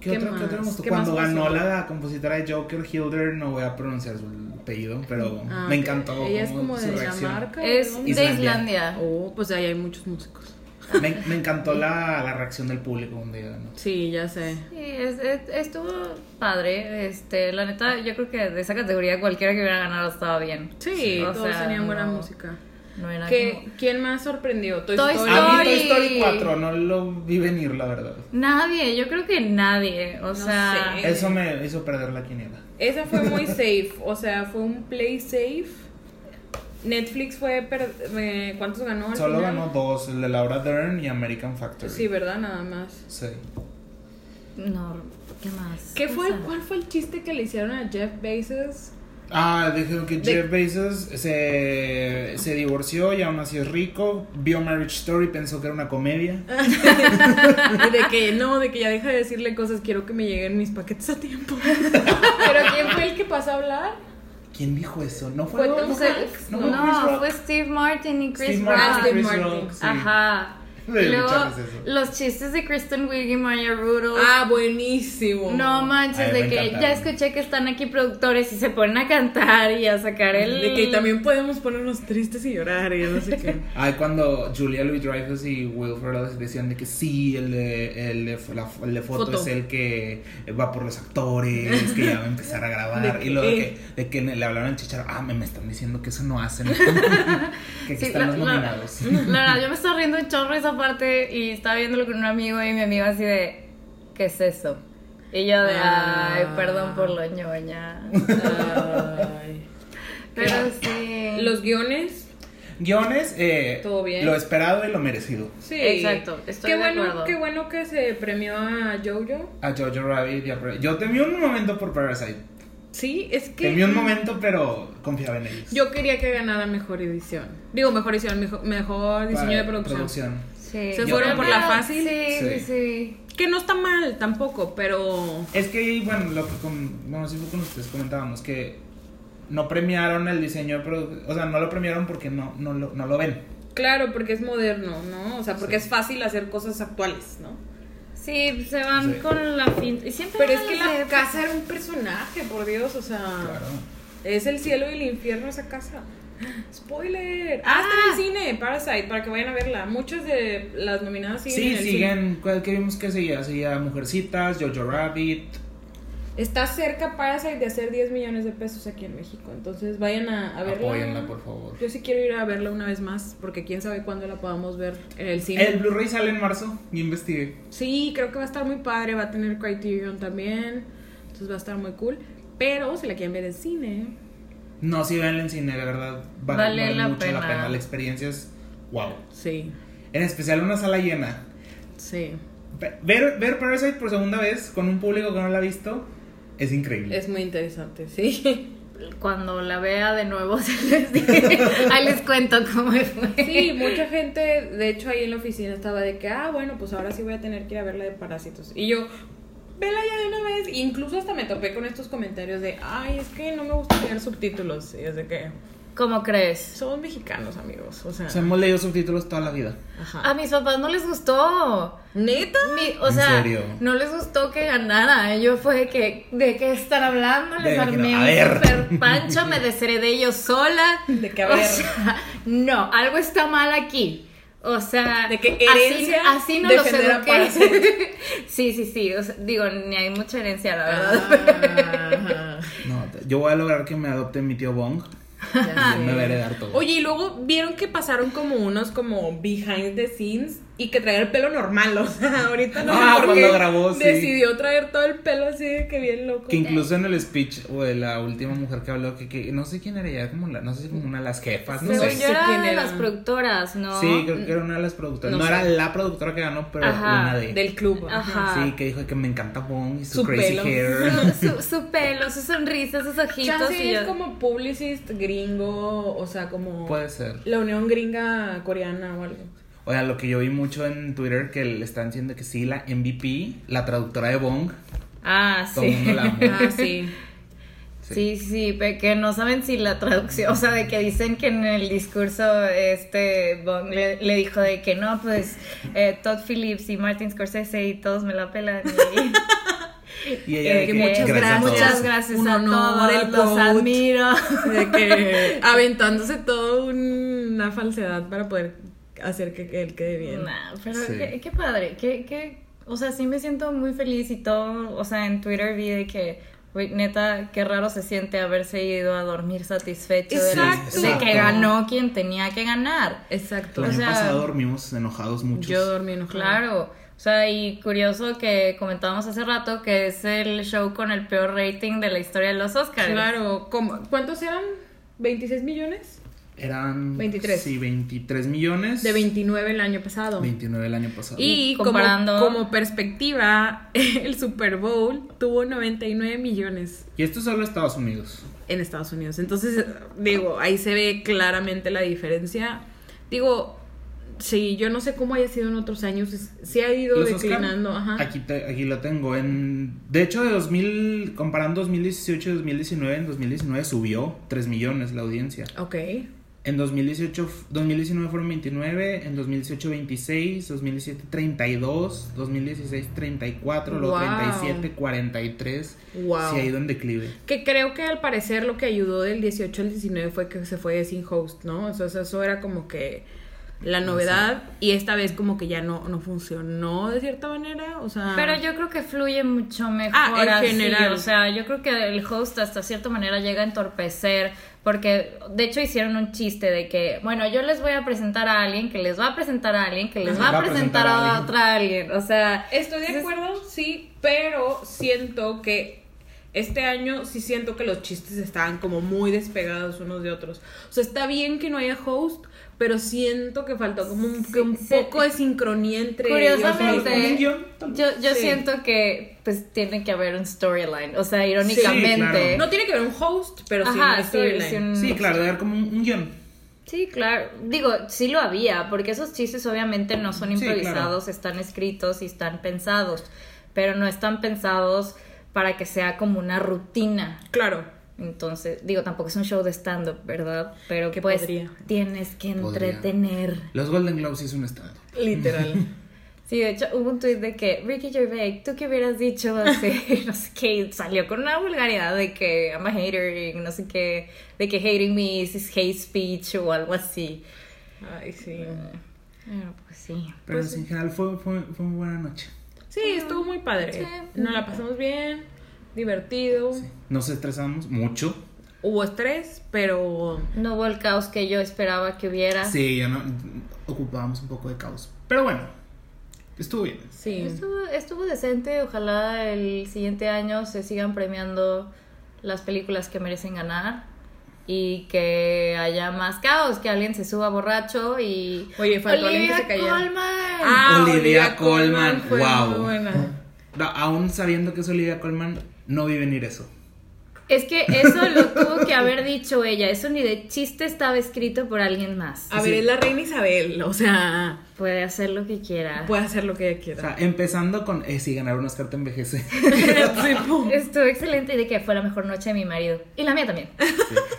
Speaker 7: ¿Qué,
Speaker 6: ¿Qué
Speaker 7: otro, qué
Speaker 6: más?
Speaker 7: otro me gustó?
Speaker 6: ¿Qué
Speaker 7: Cuando
Speaker 6: más pasó?
Speaker 7: ganó la compositora de Joker, Hilder, no voy a pronunciar su apellido, pero
Speaker 6: Ah,
Speaker 7: me
Speaker 6: ok.
Speaker 7: encantó.
Speaker 6: Ella es como
Speaker 7: su
Speaker 6: de
Speaker 7: reacción.
Speaker 6: Dinamarca.
Speaker 5: Es
Speaker 6: ¿o de
Speaker 5: de
Speaker 7: Islandia.
Speaker 5: Islandia.
Speaker 6: dónde? Oh, pues ahí hay muchos músicos.
Speaker 7: Me, me encantó la, la reacción del público donde ella ganó.
Speaker 6: Sí, ya sé.
Speaker 5: Sí, es- es- estuvo padre. Este, la neta, yo creo que de esa categoría cualquiera que hubiera ganado estaba bien.
Speaker 6: Sí,
Speaker 5: O
Speaker 6: todos
Speaker 5: sea,
Speaker 6: tenían buena
Speaker 5: no-
Speaker 6: música.
Speaker 5: No era
Speaker 6: ¿Qué-
Speaker 5: como-
Speaker 6: ¿Quién más sorprendió? Toy,
Speaker 5: Toy
Speaker 6: Story.
Speaker 7: A mí Toy
Speaker 5: Story.
Speaker 7: Story 4 no lo vi venir, la verdad.
Speaker 5: Nadie, yo creo que nadie. O
Speaker 6: No
Speaker 5: sea,
Speaker 6: sé.
Speaker 7: Eso me hizo perder la quiniela.
Speaker 6: Esa fue muy safe, o sea, fue un play safe. Netflix fue. per- eh, ¿Cuántos ganó? al
Speaker 7: Solo
Speaker 6: final?
Speaker 7: ganó dos, el de Laura Dern y American Factory.
Speaker 6: Sí, ¿verdad? Nada más.
Speaker 7: Sí.
Speaker 5: no, ¿qué más?
Speaker 6: ¿Qué
Speaker 5: O
Speaker 6: fue,
Speaker 5: sea,
Speaker 6: ¿Cuál fue el chiste que le hicieron a Jeff Bezos?
Speaker 7: Ah, dijeron que
Speaker 6: De-
Speaker 7: Jeff Bezos se, se divorció y aún así es rico. Vio Marriage Story, pensó que era una comedia.
Speaker 6: Ah. Y de que no, de que ya deja de decirle cosas, quiero que me lleguen mis paquetes a tiempo. Pero ¿quién fue el que pasó a hablar?
Speaker 7: ¿Quién dijo eso? ¿No fue,
Speaker 6: ¿Fue Tom
Speaker 7: no fue-
Speaker 6: Hanks?
Speaker 7: no,
Speaker 5: No,
Speaker 7: fue Chris Rock.
Speaker 5: fue Steve Martin y Chris
Speaker 7: Steve
Speaker 5: Rock.
Speaker 7: Martin,
Speaker 6: Steve
Speaker 7: Chris
Speaker 6: Martin.
Speaker 7: Rock, sí.
Speaker 5: Ajá.
Speaker 7: Me dio
Speaker 5: Y luego,
Speaker 7: mucha risa eso.
Speaker 5: los chistes de Kristen Wiig y Maya Rudolph.
Speaker 6: Ah, oh. buenísimo.
Speaker 5: No
Speaker 7: Ay,
Speaker 5: manches,
Speaker 7: me
Speaker 5: de que
Speaker 7: encantaron.
Speaker 5: ya escuché que están aquí productores y se ponen a cantar y a sacar el.
Speaker 6: De que también podemos ponernos tristes y llorar y no sé qué.
Speaker 7: Ay, cuando Julia Louis Dreyfus y Will Ferrell decían de que sí, el de, el de, la, el de foto,
Speaker 6: Foto.
Speaker 7: es el que va por los actores, que ya va a empezar a grabar.
Speaker 6: De
Speaker 7: y luego de
Speaker 6: que-
Speaker 7: que, de que le hablaron al chicharo, ah, me, me están diciendo que eso no hacen. que aquí
Speaker 5: Sí,
Speaker 7: están
Speaker 5: la-
Speaker 7: los
Speaker 5: la-
Speaker 7: nominados.
Speaker 5: La verdad, yo me estaba riendo un chorro esa parte y estaba viéndolo con un amigo y mi amigo así de. ¿Qué es eso? Y yo de.
Speaker 6: Ah.
Speaker 5: Ay, perdón por lo ñoña.
Speaker 6: Ay.
Speaker 5: Pero sí.
Speaker 6: Los guiones,
Speaker 7: Guiones, eh,
Speaker 6: Todo bien.
Speaker 7: lo esperado y lo merecido.
Speaker 6: sí.
Speaker 5: Exacto, estoy
Speaker 6: qué
Speaker 5: de
Speaker 6: bueno,
Speaker 5: acuerdo.
Speaker 6: Qué bueno que se premió a Jojo.
Speaker 7: A Jojo Rabbit y a Par- Yo temí un momento por Parasite.
Speaker 6: Sí, es que.
Speaker 7: Temí un momento, pero confiaba en ellos.
Speaker 6: Yo quería que ganara mejor edición. Digo, mejor edición, mejo- mejor, diseño
Speaker 7: Pa-
Speaker 6: de producción.
Speaker 5: Sí.
Speaker 6: Se
Speaker 7: fueron por
Speaker 5: Pero
Speaker 6: la fácil.
Speaker 5: Sí, sí,
Speaker 7: Sí.
Speaker 5: sí.
Speaker 6: Que no está mal tampoco, pero.
Speaker 7: Es que, bueno, lo que con, bueno, sí fue con ustedes comentábamos que no premiaron el diseño de produ- O sea, no lo premiaron porque no, no, lo, no lo ven.
Speaker 6: Claro, porque es moderno, ¿no? O sea, porque
Speaker 7: Sí.
Speaker 6: es fácil hacer cosas actuales, ¿no?
Speaker 5: Sí, se van
Speaker 7: Sí.
Speaker 5: con la finta. Y siempre
Speaker 6: Pero es
Speaker 5: van
Speaker 6: que
Speaker 5: las
Speaker 6: la
Speaker 5: de-
Speaker 6: casa era un personaje, por Dios, o sea.
Speaker 7: Claro.
Speaker 6: Es el cielo y el infierno esa casa. ¡Spoiler! Ah, está en el cine, Parasite, para que vayan a verla. Muchas de las nominadas siguen en
Speaker 7: Sí,
Speaker 6: el cine.
Speaker 7: siguen. ¿Cuál que vimos que seguía? Seguía Mujercitas, Jojo Rabbit.
Speaker 6: Está cerca Parasite de hacer 10 millones de pesos aquí en México. Entonces vayan a, a verla.
Speaker 7: Apóyenla, por favor.
Speaker 6: Yo sí quiero ir a verla una vez más, porque quién sabe cuándo la podamos ver en el cine.
Speaker 7: El Blu-ray sale en marzo y investigué.
Speaker 6: Sí, creo que va a estar muy padre, va a tener Criterion también, entonces va a estar muy cool. Pero si la quieren ver en cine,
Speaker 7: No, sí, véanla en cine, de verdad. Vale,
Speaker 5: Vale
Speaker 7: vale
Speaker 5: la
Speaker 7: mucho la
Speaker 5: pena.
Speaker 7: pena. La experiencia es wow.
Speaker 6: sí,
Speaker 7: En especial una sala llena.
Speaker 6: sí,
Speaker 7: Ve- Ver, ver Parasite por segunda vez con un público que no la ha visto es increíble.
Speaker 6: es muy interesante, sí.
Speaker 5: Cuando la vea de nuevo, se les dije- ahí les cuento cómo me fue.
Speaker 6: Sí, mucha gente, de hecho ahí en la oficina estaba de que, ah, bueno, pues ahora sí voy a tener que ir a verla de Parásitos. Y yo, vela ya de una vez, incluso hasta me topé con estos comentarios de, ay, es que no me gusta leer subtítulos, y es de que
Speaker 5: ¿Cómo crees?
Speaker 6: somos mexicanos, amigos, o sea,
Speaker 7: O sea, hemos leído subtítulos toda la vida.
Speaker 5: A
Speaker 6: ajá.
Speaker 5: mis papás no les gustó.
Speaker 6: ¿Neta?
Speaker 5: Mi- o
Speaker 7: ¿En
Speaker 5: sea,
Speaker 7: serio?
Speaker 5: no les gustó que ganara. Yo fue de que, ¿de qué están hablando? Les
Speaker 7: De-
Speaker 5: armé
Speaker 7: a
Speaker 5: un
Speaker 7: ver.
Speaker 5: super pancho, me desheredé yo sola.
Speaker 6: De que, a
Speaker 5: O
Speaker 6: ver.
Speaker 5: sea, no, algo está mal aquí. O sea,
Speaker 6: De que
Speaker 5: así-
Speaker 6: herencia,
Speaker 5: así, no los
Speaker 6: defender a
Speaker 5: eduqué. sí, sí, sí. o sea, digo, ni hay mucha herencia, la verdad.
Speaker 6: Ah,
Speaker 7: No, te- yo voy a lograr que me adopte mi tío Bong.
Speaker 6: ya
Speaker 7: Y
Speaker 6: sé.
Speaker 7: me va a heredar todo.
Speaker 6: Oye, y luego vieron que pasaron como unos como behind the scenes y que traía el pelo normal, o sea, ahorita no
Speaker 7: Ah,
Speaker 6: sé por
Speaker 7: cuando
Speaker 6: qué
Speaker 7: grabó, sí.
Speaker 6: decidió traer todo el pelo así de que bien loco.
Speaker 7: Que incluso en el speech o de la última mujer que habló, que, que no sé quién era ella, como la, no sé si como una de las jefas, no
Speaker 5: Según
Speaker 7: sé.
Speaker 5: yo era
Speaker 6: quién
Speaker 5: de
Speaker 6: era.
Speaker 5: las productoras, ¿no?
Speaker 7: Sí, creo que era una de las productoras.
Speaker 6: No
Speaker 7: No,
Speaker 6: sé.
Speaker 7: era la productora que ganó, pero
Speaker 5: Ajá,
Speaker 7: una de.
Speaker 6: Del club.
Speaker 5: Ajá.
Speaker 7: Sí, que dijo que me encanta Bong y su,
Speaker 6: Su
Speaker 7: crazy
Speaker 6: pelo.
Speaker 7: hair.
Speaker 5: Su, su- su pelo, su sonrisa, sus ojitos.
Speaker 6: Chance
Speaker 5: y yo-
Speaker 6: es como publicist gringo, o sea, como
Speaker 7: Puede ser.
Speaker 6: la unión gringa coreana o algo.
Speaker 7: O sea, lo que yo vi mucho en Twitter que le están diciendo que sí, la MVP, la traductora de Bong,
Speaker 5: Ah,
Speaker 7: todo el
Speaker 5: sí.
Speaker 7: mundo la ama.
Speaker 5: Ah,
Speaker 6: sí.
Speaker 5: Sí, sí, pero que no saben si la traducción, o sea, de que dicen que en el discurso este Bong le, le dijo de que no, pues eh, Todd Phillips y Martin Scorsese y todos me la pelan. y-
Speaker 7: Y ella de
Speaker 5: Eh,
Speaker 7: que,
Speaker 5: que
Speaker 6: muchas
Speaker 7: "Gracias a
Speaker 6: gracias,
Speaker 7: todos".
Speaker 5: Muchas gracias
Speaker 6: Un
Speaker 5: a
Speaker 6: honor,
Speaker 5: todos,
Speaker 6: el
Speaker 5: los
Speaker 6: quote.
Speaker 5: admiro.
Speaker 6: De que aventándose toda una falsedad para poder hacer que, que él quede bien.
Speaker 5: Nah, pero
Speaker 7: Sí.
Speaker 5: qué, qué padre, qué, qué, o sea, sí me siento muy feliz y todo, o sea, en Twitter vi de que, güey, neta, qué raro se siente haberse ido a dormir satisfecho de, la-
Speaker 6: Exacto.
Speaker 5: de que ganó quien tenía que ganar.
Speaker 6: Exacto.
Speaker 7: El
Speaker 5: O
Speaker 7: año
Speaker 5: sea,
Speaker 7: pasado dormimos enojados Pues, muchos.
Speaker 6: Yo dormí enojada.
Speaker 5: Claro, o sea, y curioso que comentábamos hace rato que es el show con el peor rating de la historia de los Oscars.
Speaker 6: Claro. ¿cómo? ¿Cuántos eran? ¿26 millones?
Speaker 7: Eran
Speaker 6: 23.
Speaker 7: Sí, 23 millones.
Speaker 6: De 29 el año pasado.
Speaker 7: 29 el año pasado.
Speaker 6: Y
Speaker 5: Comparando-
Speaker 6: como, como perspectiva, el Super Bowl tuvo 99 millones
Speaker 7: Y esto es solo Estados Unidos.
Speaker 6: en Estados Unidos. Entonces, digo, ahí se ve claramente la diferencia. Digo, sí, yo no sé cómo haya sido en otros años. es- Sí ha ido
Speaker 7: Los Oscar,
Speaker 6: declinando. Ajá.
Speaker 7: Aquí, te- aquí lo tengo. En, de hecho, de 2000, comparando 2018 y 2019, en 2019 subió 3 millones la audiencia.
Speaker 6: Ok.
Speaker 7: En 2018, f- 2019 fueron 29, en 2018 26, 2017 32, 2016 34, luego
Speaker 6: Wow.
Speaker 7: 37, 43.
Speaker 6: Wow.
Speaker 7: Se ha ido en declive.
Speaker 6: Que creo que al parecer lo que ayudó del 18 al 19 fue que se fue sin host, ¿no? O sea, eso- eso era como que
Speaker 7: Ah,
Speaker 6: la novedad y esta vez como que ya no, no funcionó de cierta manera, o sea...
Speaker 5: Pero yo creo que fluye mucho mejor
Speaker 6: Ah, en
Speaker 5: así,
Speaker 6: general.
Speaker 5: O sea, yo creo que el host hasta cierta manera llega a entorpecer. Porque de hecho hicieron un chiste de que, bueno, yo les voy a presentar a alguien que les va a presentar a alguien que les va a presentar a,
Speaker 7: alguien.
Speaker 5: otra alguien. O sea,
Speaker 6: Estoy de acuerdo, sí, pero siento que este año sí siento que los chistes estaban como muy despegados unos de otros. O sea, está bien que no haya host, pero siento que faltó como un, que un
Speaker 5: Sí, sí.
Speaker 6: poco de sincronía entre ellos.
Speaker 5: Curiosamente,
Speaker 6: mismos.
Speaker 7: Un guión, tal vez.
Speaker 5: yo, yo
Speaker 6: Sí.
Speaker 5: siento que pues tiene que haber un storyline. O sea, irónicamente.
Speaker 7: claro.
Speaker 6: No tiene que haber un host, pero sí
Speaker 5: Ajá,
Speaker 6: una
Speaker 5: sí,
Speaker 6: storyline.
Speaker 5: sí, un-
Speaker 7: Sí, claro, era como un, un guión.
Speaker 5: Sí, claro. Digo, sí lo había, porque esos chistes obviamente no son
Speaker 7: Sí,
Speaker 5: improvisados, están escritos y están pensados, pero no están pensados para que sea como una rutina.
Speaker 6: Claro.
Speaker 5: Entonces, digo, tampoco es un show de stand-up, ¿verdad? Pero
Speaker 6: Que
Speaker 5: pues
Speaker 6: podría.
Speaker 5: tienes que
Speaker 7: Podría.
Speaker 5: entretener.
Speaker 7: Los Golden Globes sí es un estado.
Speaker 6: Literal.
Speaker 5: Sí, de hecho, hubo un tuit de que Ricky Gervais, ¿tú qué hubieras dicho? Así, no sé qué, y salió con una vulgaridad de que I'm a hater, y no sé qué, de que hating me is, is hate speech o algo así.
Speaker 6: Ay, sí.
Speaker 5: Pero pues sí.
Speaker 7: Pero en general fue, fue, fue una buena noche.
Speaker 6: Sí, estuvo muy padre.
Speaker 5: Sí.
Speaker 6: Nos la pasamos bien, divertido.
Speaker 7: Nos estresamos mucho.
Speaker 6: Hubo estrés, pero
Speaker 5: No hubo el caos que yo esperaba que
Speaker 6: Ah.
Speaker 5: hubiera.
Speaker 7: Sí, ya no ocupábamos un poco de caos. Pero bueno, estuvo bien.
Speaker 6: sí.
Speaker 5: Estuvo, estuvo decente, ojalá el siguiente año se sigan premiando las películas que merecen ganar y que haya más caos, que alguien se suba borracho y...
Speaker 6: Oye, faltó alguien que
Speaker 5: Olivia
Speaker 6: se cayera. Ah.
Speaker 5: Colman.
Speaker 7: Olivia Colman,
Speaker 6: fue
Speaker 7: wow.
Speaker 6: muy buena.
Speaker 7: No, aún sabiendo que es Olivia Colman, no vi venir eso.
Speaker 5: Es que eso lo tuvo que haber dicho ella, eso ni de chiste estaba escrito por alguien más.
Speaker 6: A ver, es la reina Isabel, o sea,
Speaker 5: Puede hacer lo que quiera.
Speaker 6: puede hacer lo que ella
Speaker 7: O
Speaker 6: quiera.
Speaker 7: sea, empezando con, eh, sí, ganar un Oscar te envejece.
Speaker 6: Sí, pum.
Speaker 5: Estuvo excelente y de que fue la mejor noche de mi marido. Y la mía también.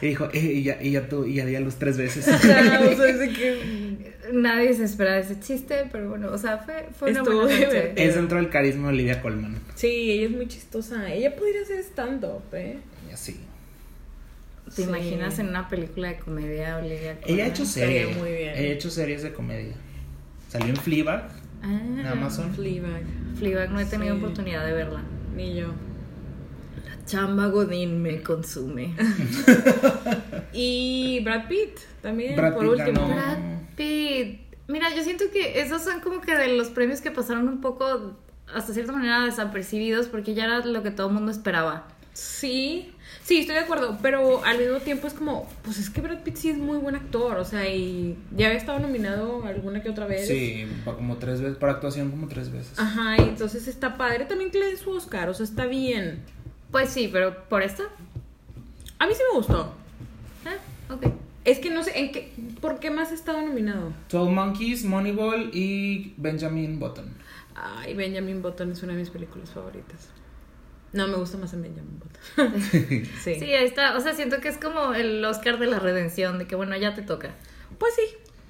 Speaker 7: Y dijo, eh, y ya, y ya tú, y ya di a luz tres veces.
Speaker 6: O sea, o sea, es de que-
Speaker 5: Nadie se esperaba ese chiste, pero bueno, o sea, fue, fue una
Speaker 6: Estuvo
Speaker 5: buena noche.
Speaker 6: divertido.
Speaker 7: es dentro del carisma de Olivia Colman.
Speaker 6: Sí, ella es muy chistosa. Ella podría hacer stand-up, ¿eh?
Speaker 7: Y así.
Speaker 5: ¿Te
Speaker 6: Sí.
Speaker 5: imaginas en una película de comedia Olivia
Speaker 7: Ella ha
Speaker 5: Colman?
Speaker 7: hecho
Speaker 6: Estaría
Speaker 7: series.
Speaker 6: muy bien.
Speaker 7: Ella ha hecho series de comedia. Salió en Fleabag, en
Speaker 5: Ah,
Speaker 7: Amazon.
Speaker 6: Fleabag,
Speaker 5: Fleabag no he tenido
Speaker 6: Sí.
Speaker 5: oportunidad de verla.
Speaker 6: ni yo.
Speaker 5: La chamba Godín me consume.
Speaker 6: Y Brad Pitt también,
Speaker 7: Brad
Speaker 6: por
Speaker 7: Pitt
Speaker 6: último.
Speaker 7: ganó.
Speaker 5: Brad Pitt. Mira, mira, yo siento que esos son como que de los premios que pasaron un poco, hasta cierta manera, desapercibidos, porque ya era lo que todo el mundo esperaba.
Speaker 6: Sí, sí, estoy de acuerdo, pero al mismo tiempo es como, pues es que Brad Pitt sí es muy buen actor, o sea, y ya había estado nominado alguna que otra vez.
Speaker 7: Sí, pa- como tres veces, para actuación como tres veces.
Speaker 6: Ajá, y entonces está padre también que le den su Oscar, o sea, está bien.
Speaker 5: Pues sí, pero por esta.
Speaker 6: A mí sí me gustó.
Speaker 5: Ah, ok.
Speaker 6: Es que no sé, ¿en qué, ¿por qué más ha estado nominado?
Speaker 7: 12 Monkeys, Moneyball y Benjamin Button.
Speaker 6: Ay, Benjamin Button es una de mis películas favoritas. No, me gusta más en Benjamin Button. sí.
Speaker 5: Sí, ahí está. O sea, siento que es como el Oscar de la redención, de que bueno, ya te toca.
Speaker 6: Pues sí.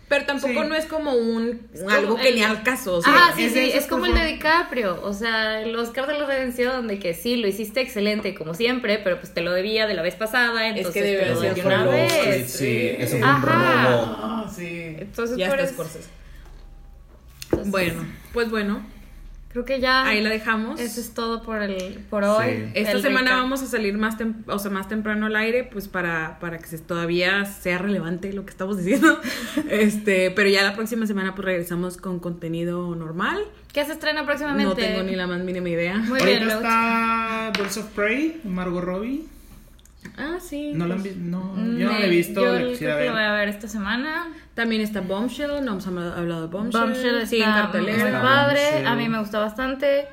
Speaker 6: Pero tampoco
Speaker 7: Sí.
Speaker 6: no es como un
Speaker 5: como
Speaker 6: algo que
Speaker 5: el-
Speaker 6: ni al caso. o sea,
Speaker 5: ah, sí,
Speaker 7: es
Speaker 5: sí,
Speaker 7: de esos,
Speaker 5: es como
Speaker 7: por
Speaker 5: el de
Speaker 7: favor.
Speaker 5: DiCaprio. O sea, el Oscar de la redención, de que sí, lo hiciste excelente, como siempre, pero pues te lo debía de la vez pasada,
Speaker 6: que
Speaker 5: entonces
Speaker 6: debió
Speaker 5: te lo
Speaker 6: haber
Speaker 5: doy
Speaker 6: sido
Speaker 5: una
Speaker 6: Lobo,
Speaker 5: vez.
Speaker 7: Street, sí, eso fue un
Speaker 5: Ajá.
Speaker 7: robo.
Speaker 5: Entonces,
Speaker 6: Ya
Speaker 5: por
Speaker 6: está
Speaker 5: eso-
Speaker 6: Scorsese.
Speaker 5: entonces,
Speaker 6: Bueno, pues bueno,
Speaker 5: creo que ya
Speaker 6: ahí la dejamos.
Speaker 5: eso Ah, es todo por el por hoy.
Speaker 7: Sí.
Speaker 6: Esta
Speaker 5: El
Speaker 6: semana
Speaker 5: recap.
Speaker 6: vamos a salir más, tem- o sea, más temprano al aire, pues para, para que se- todavía sea relevante lo que estamos diciendo. este, pero ya la próxima semana pues regresamos con contenido normal.
Speaker 5: ¿Qué se estrena próximamente?
Speaker 6: No tengo ni la más mínima idea.
Speaker 5: Muy
Speaker 7: Ahorita
Speaker 5: bien, Lux.
Speaker 7: está Birds of Prey, Margot Robbie.
Speaker 6: Ah, sí.
Speaker 7: No la han
Speaker 6: pues,
Speaker 7: visto, no, yo no la he
Speaker 5: Me-
Speaker 7: visto,
Speaker 5: Mm, yo
Speaker 7: la
Speaker 5: creo
Speaker 7: quisiera
Speaker 5: que lo voy
Speaker 7: ver.
Speaker 5: a ver esta semana.
Speaker 6: También está Bombshell, no hemos hablado- hablado de Bombshell.
Speaker 5: Bombshell
Speaker 6: sigue en
Speaker 5: está muy
Speaker 7: Está
Speaker 6: cartelera.
Speaker 5: padre,
Speaker 7: Bombshell.
Speaker 5: a mí me gustó bastante.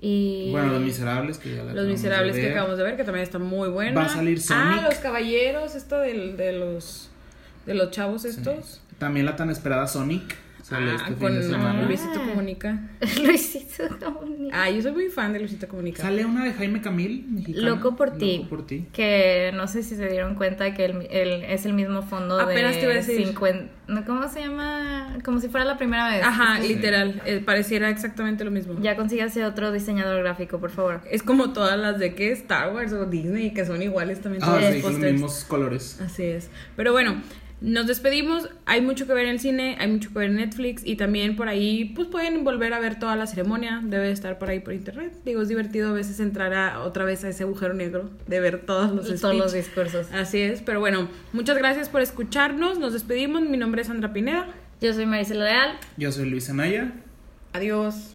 Speaker 5: Y
Speaker 7: Bueno, Los Miserables, que ya la
Speaker 6: Los
Speaker 7: acabamos de
Speaker 6: Miserables que
Speaker 7: ver.
Speaker 6: acabamos de ver, que también está muy buena.
Speaker 7: Va a salir
Speaker 6: Ah,
Speaker 7: Sonic.
Speaker 6: Los Caballeros, esta del- de, los, de los chavos estos.
Speaker 7: También la tan esperada Sonic. Sale
Speaker 6: Ah,
Speaker 7: este fin de
Speaker 6: con
Speaker 7: semana.
Speaker 6: Luisito Comunica.
Speaker 5: Luisito Comunica.
Speaker 6: Ah, yo soy muy fan de Luisito Comunica.
Speaker 7: Sale una de Jaime Camil, mexicana.
Speaker 5: Loco por ti.
Speaker 7: Loco por ti.
Speaker 5: Que no sé si se dieron cuenta que el- el- es el mismo fondo
Speaker 6: Apenas
Speaker 5: de
Speaker 6: te iba a decir.
Speaker 5: 50 no, ¿Cómo se llama? Como si fuera la primera vez.
Speaker 6: Ajá, literal. eh, pareciera exactamente lo mismo.
Speaker 5: Ya consígase otro diseñador gráfico, por favor.
Speaker 6: Es como todas las de que Star Wars o Disney, que son iguales también.
Speaker 7: Ah,
Speaker 6: todos los
Speaker 7: sí, con los
Speaker 6: pósters.
Speaker 7: mismos colores.
Speaker 6: Así es. Pero bueno, nos despedimos. Hay mucho que ver en el cine, hay mucho que ver en Netflix y también por ahí, pues pueden volver a ver toda la ceremonia. Debe de estar por ahí por internet. Digo, es divertido a veces entrar a- otra vez a ese agujero negro de ver todos los
Speaker 5: Todos los
Speaker 6: speech.
Speaker 5: discursos.
Speaker 6: Así es. Pero bueno, muchas gracias por escucharnos. Nos despedimos. Mi nombre es Sandra Pineda.
Speaker 5: Yo soy Maricela Leal.
Speaker 7: Yo soy Luis Anaya.
Speaker 6: Adiós.